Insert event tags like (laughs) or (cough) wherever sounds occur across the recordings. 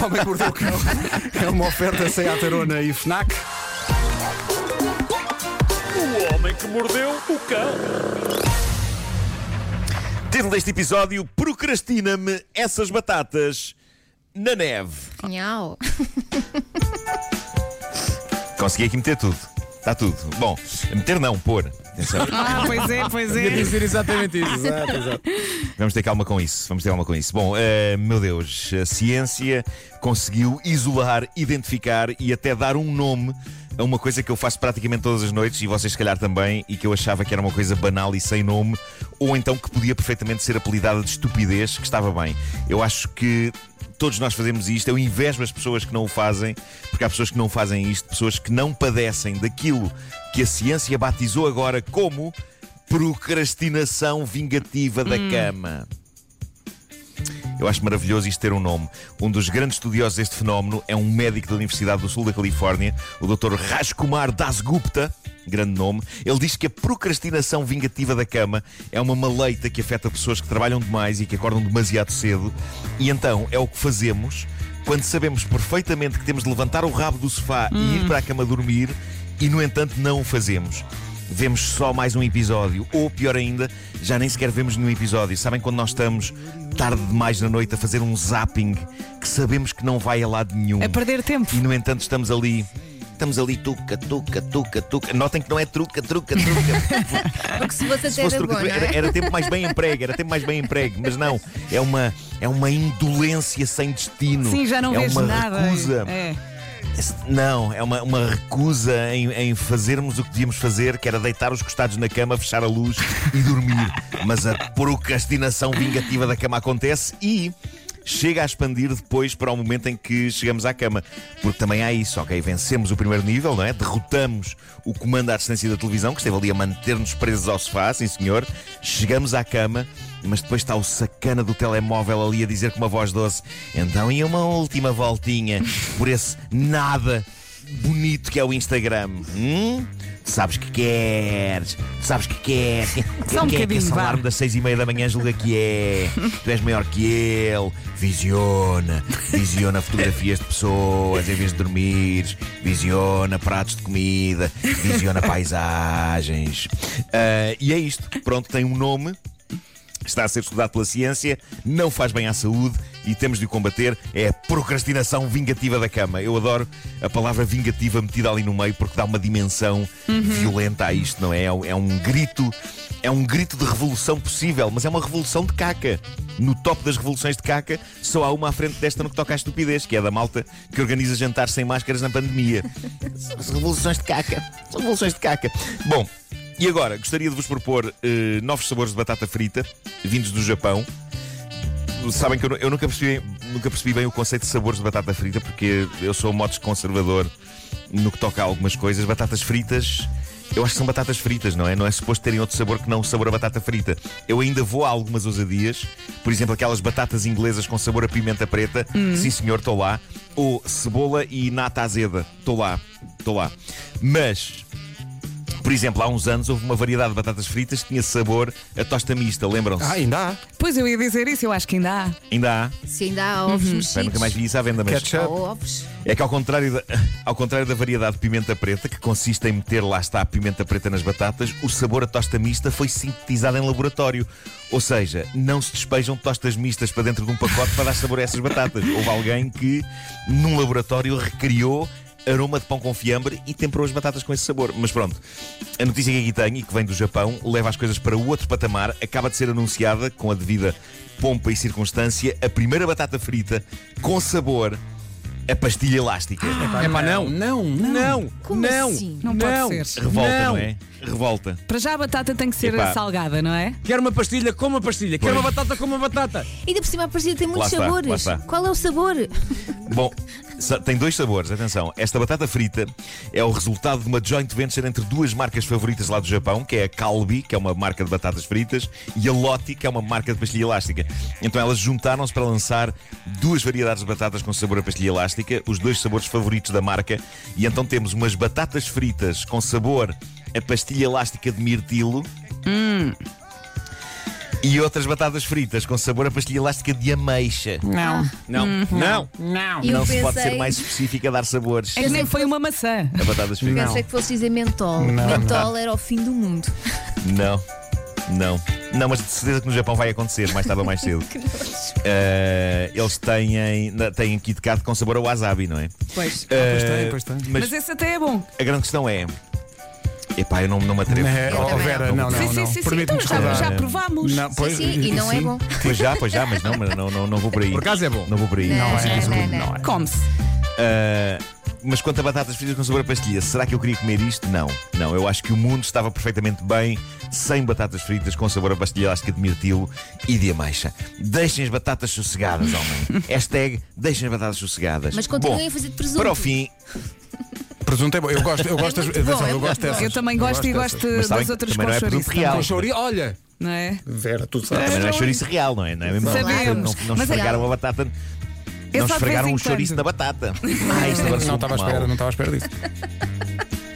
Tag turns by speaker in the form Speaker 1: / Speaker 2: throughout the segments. Speaker 1: O Homem que Mordeu o Cão é uma oferta sem atarona e FNAC.
Speaker 2: O homem que mordeu o cão.
Speaker 3: Título deste episódio: Procrastina-me essas batatas na neve.
Speaker 4: Nhau.
Speaker 3: Consegui aqui meter tudo. Está tudo. Bom, meter não, pôr. Atenção.
Speaker 5: Ah, pois é, pois é.
Speaker 1: dizer exatamente isso. Exato, exato.
Speaker 3: Vamos ter calma com isso. Vamos ter calma com isso. Bom, eh, meu Deus, a ciência conseguiu isolar, identificar e até dar um nome a uma coisa que eu faço praticamente todas as noites e vocês se calhar também e que eu achava que era uma coisa banal e sem nome ou então que podia perfeitamente ser apelidada de estupidez, que estava bem. Eu acho que todos nós fazemos isto, eu invejo as pessoas que não o fazem, porque há pessoas que não fazem isto, pessoas que não padecem daquilo que a ciência batizou agora como procrastinação vingativa da cama. Eu acho maravilhoso isto ter um nome. Um dos grandes estudiosos deste fenómeno é um médico da Universidade do Sul da Califórnia, o Dr. Rajkumar Dasgupta, grande nome. Ele diz que a procrastinação vingativa da cama é uma maleita que afeta pessoas que trabalham demais e que acordam demasiado cedo. E então é o que fazemos quando sabemos perfeitamente que temos de levantar o rabo do sofá e ir para a cama dormir e, no entanto, não o fazemos vemos só mais um episódio, ou pior ainda, já nem sequer vemos nenhum episódio. Sabem quando nós estamos tarde demais na noite a fazer um zapping que sabemos que não vai a lado nenhum.
Speaker 5: A É perder tempo.
Speaker 3: E no entanto estamos ali. Estamos ali tuca, tuca, tuca, tuca. Notem que não é truca, truca,
Speaker 5: (laughs)
Speaker 3: truca.
Speaker 4: (laughs) Porque se fosse
Speaker 3: Se
Speaker 4: até
Speaker 3: fosse
Speaker 4: era bom,
Speaker 3: truca,
Speaker 4: não
Speaker 3: truca,
Speaker 4: é?
Speaker 3: era, era tempo mais bem emprego, era tempo mais bem emprego. Mas não, é uma, é uma indolência sem destino.
Speaker 5: Sim, já não
Speaker 3: é
Speaker 5: vejo
Speaker 3: uma
Speaker 5: nada.
Speaker 3: Recusa.
Speaker 5: É.
Speaker 3: Esse- Não, é uma, uma recusa em, em fazermos o que devíamos fazer, que era deitar os costados na cama, fechar a luz e dormir. Mas a procrastinação vingativa da cama acontece e chega a expandir depois para o momento em que chegamos à cama. Porque também há isso, ok? Vencemos o primeiro nível, não é? Derrotamos o comando à distância da televisão, que esteve ali a manter-nos presos ao sofá, sim senhor. Chegamos à cama. Mas depois está o sacana do telemóvel ali a dizer com uma voz doce: então e uma última
Speaker 5: (laughs)
Speaker 3: voltinha por esse nada bonito que é o Instagram? Hum? Tu sabes que queres, tu sabes que queres.
Speaker 5: Só um
Speaker 3: Quem é que
Speaker 5: bocadinho,
Speaker 3: esse
Speaker 5: vá.
Speaker 3: alarme das seis e meia da manhã julga que é? Tu és maior que ele. Visiona, visiona fotografias de pessoas em vez de dormir, visiona pratos de comida, visiona paisagens. Ah, e é isto. Pronto, tem um nome está a ser estudado pela ciência, não faz bem à saúde e temos de o combater. É a procrastinação vingativa da cama. Eu adoro a palavra vingativa metida ali no meio porque dá uma dimensão violenta a isto, não é? É um- É um grito, é um grito de revolução possível, mas é uma revolução de caca. No top das revoluções de caca, só há uma à frente desta no que toca à estupidez, que é da malta que organiza jantar sem máscaras na pandemia. São as revoluções de caca. São revoluções de caca. Bom, e agora, gostaria de vos propor eh, novos sabores de batata frita, vindos do Japão. Sabem que eu, nu- eu nunca, percebi, nunca percebi bem o conceito de sabores de batata frita, porque eu sou modos conservador no que toca a algumas coisas. Batatas fritas, eu acho que são batatas fritas, não é? Não é suposto terem outro sabor que não o sabor a batata frita. Eu ainda vou a algumas ousadias, por exemplo, aquelas batatas inglesas com sabor a pimenta preta, sim senhor, estou lá. Ou cebola e nata azeda, estou lá, estou lá. Mas por exemplo, há uns anos houve uma variedade de batatas fritas que tinha sabor a tosta mista, lembram-se?
Speaker 1: Ah, ainda há.
Speaker 5: Pois eu ia dizer isso, eu acho que ainda há.
Speaker 3: Ainda há.
Speaker 4: Se ainda há ovos
Speaker 5: Uhum.
Speaker 3: Bem, nunca mais
Speaker 4: mexidos.
Speaker 3: vi isso à venda, mas.
Speaker 4: Há
Speaker 1: Ketchup.
Speaker 4: ovos.
Speaker 3: É que ao contrário, da, (laughs) ao contrário da variedade de pimenta preta, que consiste em meter lá está a pimenta preta nas batatas, o sabor a tosta mista foi sintetizado em laboratório. Ou seja, não se despejam tostas mistas para dentro de um pacote para dar sabor a essas batatas. Houve alguém que, num laboratório, recriou aroma de pão com fiambre e temperou as batatas com esse sabor. Mas pronto, a notícia que aqui tenho e que vem do Japão leva as coisas para o outro patamar. Acaba de ser anunciada, com a devida pompa e circunstância, a primeira batata frita com sabor a pastilha elástica.
Speaker 1: É pá, não. Não, não.
Speaker 4: Como
Speaker 1: não.
Speaker 4: assim?
Speaker 5: Não pode ser.
Speaker 3: Revolta, não. é? Revolta.
Speaker 5: Para já a batata tem que ser
Speaker 3: Epá.
Speaker 5: salgada, não é?
Speaker 1: Quero uma pastilha, como uma pastilha. Quero uma batata, como uma batata.
Speaker 4: Ainda por cima a parecia ter
Speaker 3: Lá
Speaker 4: muitos
Speaker 3: está, lá
Speaker 4: sabores.
Speaker 3: está.
Speaker 4: Qual é o sabor?
Speaker 3: Bom, sa- tem dois sabores, atenção. Esta batata frita é o resultado de uma joint venture entre duas marcas favoritas lá do Japão, que é a Calbi, que é uma marca de batatas fritas, e a Lotti, que é uma marca de pastilha elástica. Então elas juntaram-se para lançar duas variedades de batatas com sabor a pastilha elástica, os dois sabores favoritos da marca, e então temos umas batatas fritas com sabor a pastilha elástica de mirtilo. E outras batatas fritas com sabor a pastilha elástica de ameixa.
Speaker 5: Não.
Speaker 3: Não, não, não.
Speaker 4: Eu
Speaker 3: Não se pode
Speaker 4: pensei-
Speaker 3: ser mais específica a dar sabores
Speaker 5: É que nem foi uma maçã.
Speaker 3: a batatas fritas.
Speaker 4: Pensei que fosse dizer mentol. mentol era o fim do mundo.
Speaker 3: Não, não. Não, mas de certeza que no Japão vai acontecer, mais tarde ou mais cedo.
Speaker 4: (laughs) Que nojo.
Speaker 3: Eh, eles têm, na- têm Kit Kat com sabor a wasabi, não é?
Speaker 5: Pois.
Speaker 1: Ah, Pois tem,
Speaker 3: Eh,
Speaker 1: pois tem.
Speaker 3: Mas,
Speaker 5: Mas esse até é bom.
Speaker 3: a grande questão é. Epá, eu não, não me atrevo.
Speaker 1: Né,
Speaker 4: Eu
Speaker 1: oh,
Speaker 4: também
Speaker 1: Vera,
Speaker 4: não.
Speaker 1: não, não,
Speaker 5: sim, sim,
Speaker 1: não.
Speaker 5: sim, sim.
Speaker 1: Permite-me
Speaker 5: Então já,
Speaker 1: discordar.
Speaker 5: já provámos.
Speaker 3: Ah,
Speaker 1: Não, pois,
Speaker 4: sim, e não é
Speaker 1: sim.
Speaker 4: bom.
Speaker 3: Pois já, pois já, mas não, mas não, não, não vou por aí.
Speaker 1: Por acaso é bom.
Speaker 3: Não vou por aí.
Speaker 4: Não,
Speaker 1: é,
Speaker 4: não,
Speaker 1: não,
Speaker 4: não.
Speaker 1: não é.
Speaker 5: Come-se.
Speaker 3: Ah, mas quanto a batatas fritas com sabor a pastilha, será que eu queria comer isto? Não, não. Eu acho que o mundo estava perfeitamente bem sem batatas fritas com sabor a pastilha elástica de mirtilo e de ameixa. Deixem as batatas sossegadas, homem. Hashtag deixem as batatas sossegadas.
Speaker 4: Mas
Speaker 3: Bom,
Speaker 4: continuem a fazer de presunto.
Speaker 3: Para o fim,
Speaker 1: Presunto é bom. Eu gosto, eu gosto,
Speaker 4: muito
Speaker 1: das-
Speaker 4: bom,
Speaker 1: atenção,
Speaker 4: é
Speaker 1: eu
Speaker 4: muito
Speaker 1: gosto
Speaker 4: bom.
Speaker 1: dessas.
Speaker 5: Eu também gosto e
Speaker 1: dessas.
Speaker 5: gosto
Speaker 3: mas sabem
Speaker 5: das
Speaker 3: que
Speaker 5: outras
Speaker 3: também não
Speaker 5: com
Speaker 3: é
Speaker 5: chouriço.
Speaker 3: produto real.
Speaker 1: Com chouriço, olha.
Speaker 5: Não é?
Speaker 1: Vera, tu sabes.
Speaker 3: também não é chouriço real, não é? Não é mesmo? Não,
Speaker 5: Sabemos,
Speaker 3: não
Speaker 5: mas
Speaker 3: esfregaram a batata.
Speaker 5: de
Speaker 3: Não
Speaker 5: vez em
Speaker 3: esfregaram o
Speaker 5: quando.
Speaker 3: chouriço na batata. Ah, isto agora
Speaker 1: Não
Speaker 3: soube
Speaker 1: estava à
Speaker 3: mal.
Speaker 1: espera, não estava à espera disso.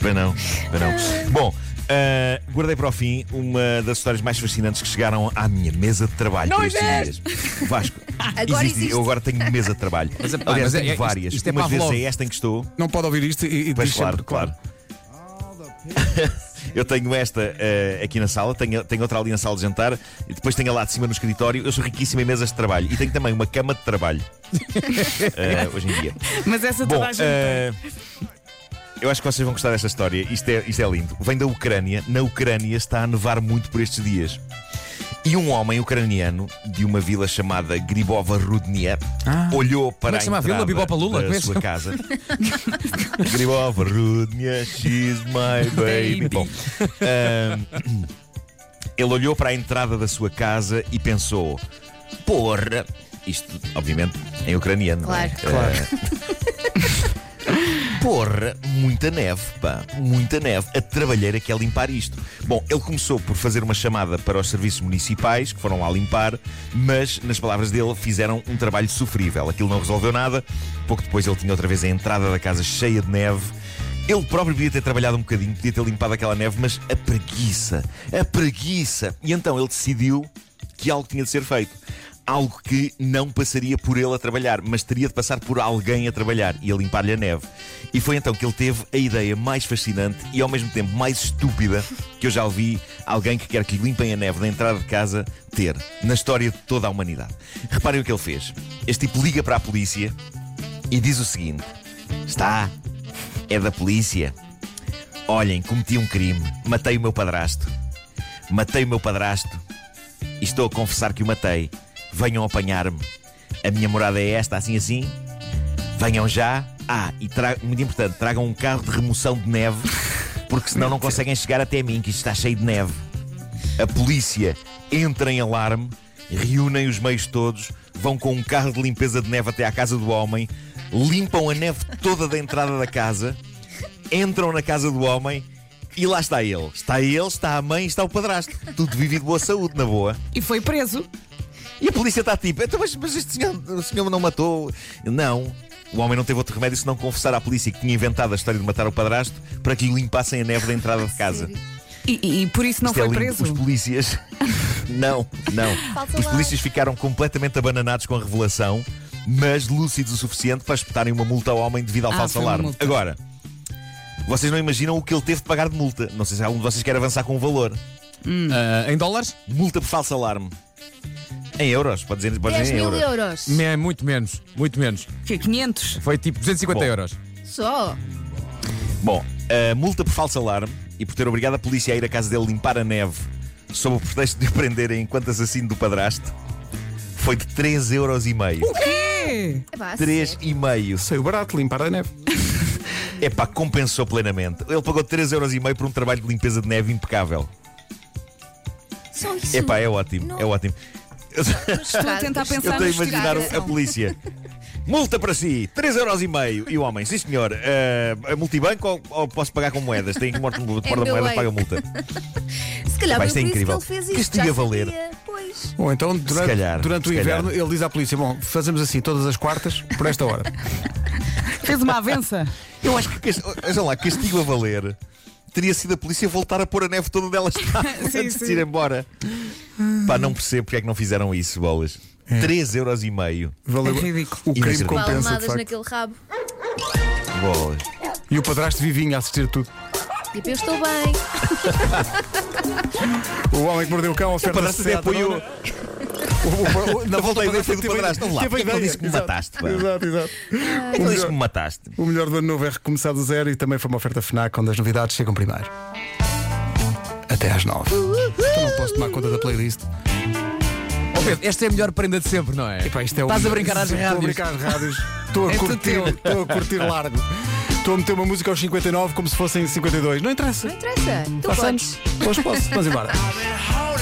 Speaker 3: Para não, para não. Bom, ah, guardei para o fim uma das histórias mais fascinantes que chegaram à minha mesa de trabalho
Speaker 5: Não
Speaker 3: por estes
Speaker 5: existe!
Speaker 3: dias. Vasco,
Speaker 4: (laughs) Agora existe.
Speaker 3: eu agora tenho mesa de trabalho.
Speaker 1: Mas, pá,
Speaker 3: Aliás,
Speaker 1: mas é-
Speaker 3: tenho
Speaker 1: é- isto-
Speaker 3: várias.
Speaker 1: isto é
Speaker 3: Umas vezes
Speaker 1: Pavlov.
Speaker 3: é esta em que estou.
Speaker 1: Não pode ouvir isto e, e
Speaker 3: Pois
Speaker 1: diz
Speaker 3: claro,
Speaker 1: sempre,
Speaker 3: claro. (laughs) Eu tenho esta eh, aqui na sala, tenho, tenho outra ali na sala de jantar e depois tenho a lá de cima no escritório. Eu sou riquíssimo em mesas de trabalho e tenho também uma cama de
Speaker 1: (laughs)
Speaker 3: trabalho eh, hoje em dia.
Speaker 5: Mas essa
Speaker 3: Bom,
Speaker 5: toda a gente
Speaker 3: eh, eu acho que vocês vão gostar desta história. Isto é, isto é lindo. Vem da Ucrânia. Na Ucrânia está a nevar muito por estes dias. E um homem ucraniano de uma vila chamada Gribova Rudnia olhou para
Speaker 1: é que
Speaker 3: a
Speaker 1: chama a vila?
Speaker 3: entrada
Speaker 1: Bibopalula? Como é
Speaker 3: da
Speaker 1: que
Speaker 3: sua casa.
Speaker 1: (laughs)
Speaker 3: Gribova Rudnia, she's my baby.
Speaker 5: Baby.
Speaker 3: Bom, ahm, ele olhou para a entrada da sua casa e pensou: porra! Isto, obviamente, em ucraniano. não é?
Speaker 4: Claro.
Speaker 1: Claro.
Speaker 3: Porra, muita neve, pá, muita neve. A trabalheira que é limpar isto. Bom, ele começou por fazer uma chamada para os serviços municipais, que foram lá limpar, mas, nas palavras dele, fizeram um trabalho sofrível. Aquilo não resolveu nada. Pouco depois ele tinha outra vez a entrada da casa cheia de neve. Ele próprio podia ter trabalhado um bocadinho, podia ter limpado aquela neve, mas a preguiça, a preguiça. E então ele decidiu que algo tinha de ser feito. Algo que não passaria por ele a trabalhar, mas teria de passar por alguém a trabalhar e a limpar-lhe a neve. E foi então que ele teve a ideia mais fascinante e ao mesmo tempo mais estúpida que eu já ouvi alguém que quer que lhe limpem a neve na entrada de casa ter, na história de toda a humanidade. Reparem o que ele fez. Este tipo liga para a polícia e diz o seguinte: Está, é da polícia. Olhem, cometi um crime, matei o meu padrasto. Matei o meu padrasto e estou a confessar que o matei. Venham apanhar-me. A minha morada é esta, assim assim. Venham já. Ah, e tra- muito importante, tragam um carro de remoção de neve, porque senão não conseguem chegar até mim, que isto está cheio de neve. A polícia entra em alarme, reúnem os meios todos, vão com um carro de limpeza de neve até à casa do homem, limpam a neve toda da entrada da casa, entram na casa do homem e lá está ele. Está ele, está a mãe, está o padrasto. Tudo vivido boa saúde, na boa.
Speaker 5: E foi preso.
Speaker 3: E a polícia está tipo, então, mas, mas este senhor, o senhor não matou. Não. O homem não teve outro remédio senão confessar à polícia que tinha inventado a história de matar o padrasto para que lhe limpassem a neve da entrada de casa.
Speaker 4: Sério?
Speaker 5: E, e- e por isso não
Speaker 3: Isto é
Speaker 5: foi
Speaker 3: lindo.
Speaker 5: preso.
Speaker 3: Os
Speaker 5: (laughs)
Speaker 3: polícias. não,
Speaker 4: Falta
Speaker 3: não. Os
Speaker 4: lá.
Speaker 3: polícias ficaram completamente abananados com a revelação, mas lúcidos o suficiente para espetarem uma multa ao homem devido ao
Speaker 5: Ah,
Speaker 3: falso
Speaker 5: foi uma
Speaker 3: alarme.
Speaker 5: multa.
Speaker 3: Agora, vocês não imaginam o que ele teve de pagar de multa. Não sei se algum de vocês quer avançar com o valor.
Speaker 1: Ah, em dólares?
Speaker 3: Multa por falso alarme. Em euros, pode dizer, pode
Speaker 4: 10
Speaker 3: dizer em
Speaker 4: mil
Speaker 3: euros.
Speaker 4: euros.
Speaker 1: É muito menos, muito menos.
Speaker 5: Que 500.
Speaker 1: Foi tipo 250
Speaker 3: Bom.
Speaker 1: euros.
Speaker 4: Só.
Speaker 3: Bom, a multa por falso alarme e por ter obrigado a polícia a ir à casa dele limpar a neve sob o pretexto de o prenderem enquanto assassino do padrasto foi de 3,5 euros. e meio.
Speaker 5: Quê?
Speaker 4: É pá, sério.
Speaker 3: 3,5.
Speaker 1: Saiu barato limpar a neve.
Speaker 3: É pá, compensou plenamente. Ele pagou 3,5 euros e meio por um trabalho de limpeza de neve impecável.
Speaker 4: Só isso.
Speaker 3: É pá, é ótimo,
Speaker 4: Não.
Speaker 3: é ótimo. Eu
Speaker 5: Estou a
Speaker 3: (laughs)
Speaker 5: tentar
Speaker 3: eu
Speaker 5: pensar
Speaker 3: estou a
Speaker 5: no
Speaker 3: imaginar a polícia. Multa para si, 3,5 euros. E meio. E o homem, sim senhor, eh, a multibanco ou, ou posso pagar com moedas? Tem que morte
Speaker 4: É meu
Speaker 3: porta-moedas,
Speaker 4: way.
Speaker 3: paga multa.
Speaker 4: Se calhar
Speaker 3: Vai
Speaker 4: foi
Speaker 3: ser
Speaker 4: por
Speaker 3: é incrível.
Speaker 4: isso que ele fez
Speaker 3: Que
Speaker 4: isto.
Speaker 3: isto
Speaker 4: já
Speaker 3: ia valer.
Speaker 4: sabia. Pois.
Speaker 1: Ou então, durante,
Speaker 3: calhar,
Speaker 1: durante o
Speaker 3: se
Speaker 1: inverno,
Speaker 3: calhar.
Speaker 1: ele diz à polícia: Bom, fazemos assim todas as quartas, por esta (laughs) hora.
Speaker 5: Fez uma avença.
Speaker 3: Eu acho que, cas- vejam eh, lá, castigo a (laughs) valer teria sido a polícia voltar a pôr a neve toda dela está
Speaker 5: Sim,
Speaker 3: antes de
Speaker 5: sim.
Speaker 3: ir embora. Pá, não percebo porque é que não fizeram isso, bolas.
Speaker 6: É.
Speaker 3: 3,5 euros e meio.
Speaker 6: Valeu.
Speaker 5: É ridículo.
Speaker 6: O crime
Speaker 3: Inacreditável.
Speaker 6: compensa, de
Speaker 4: Palmadas
Speaker 6: facto.
Speaker 4: naquele rabo.
Speaker 3: Bolas.
Speaker 6: E o padrasto vivinho a assistir tudo.
Speaker 4: Tipo, eu estou bem.
Speaker 6: O homem que mordeu o cão oferta
Speaker 3: Padrasto é até apoiou. é? Na volta à ideia foi do padrasto. Vamos lá,
Speaker 6: Teve
Speaker 3: porque é que
Speaker 6: ideia.
Speaker 3: não disse que me
Speaker 6: Exato.
Speaker 3: mataste, pá? Porquê
Speaker 6: Exato, exato.
Speaker 3: é que não disse que me mataste?
Speaker 6: O melhor do ano novo é recomeçar do zero e também foi uma oferta FNAC onde as novidades chegam primeiro. Até às nove. Então não posso tomar conta da playlist.
Speaker 1: Ó Pedro, esta é a melhor prenda de sempre, não é?
Speaker 6: Epá, isto é
Speaker 1: Estás
Speaker 6: um-
Speaker 1: a brincar às
Speaker 6: Estou a
Speaker 1: rádios.
Speaker 6: brincar às rádios.
Speaker 1: (laughs)
Speaker 6: Estou a
Speaker 5: É tudo
Speaker 6: curtir,
Speaker 5: teu.
Speaker 6: estou a curtir largo. Estou a meter uma música aos 59 como se fossem 52. Não interessa.
Speaker 1: Então
Speaker 4: Não interessa. Tu
Speaker 6: Façamos.
Speaker 4: podes.
Speaker 6: Hoje posso. Vamos embora.
Speaker 7: I've been holding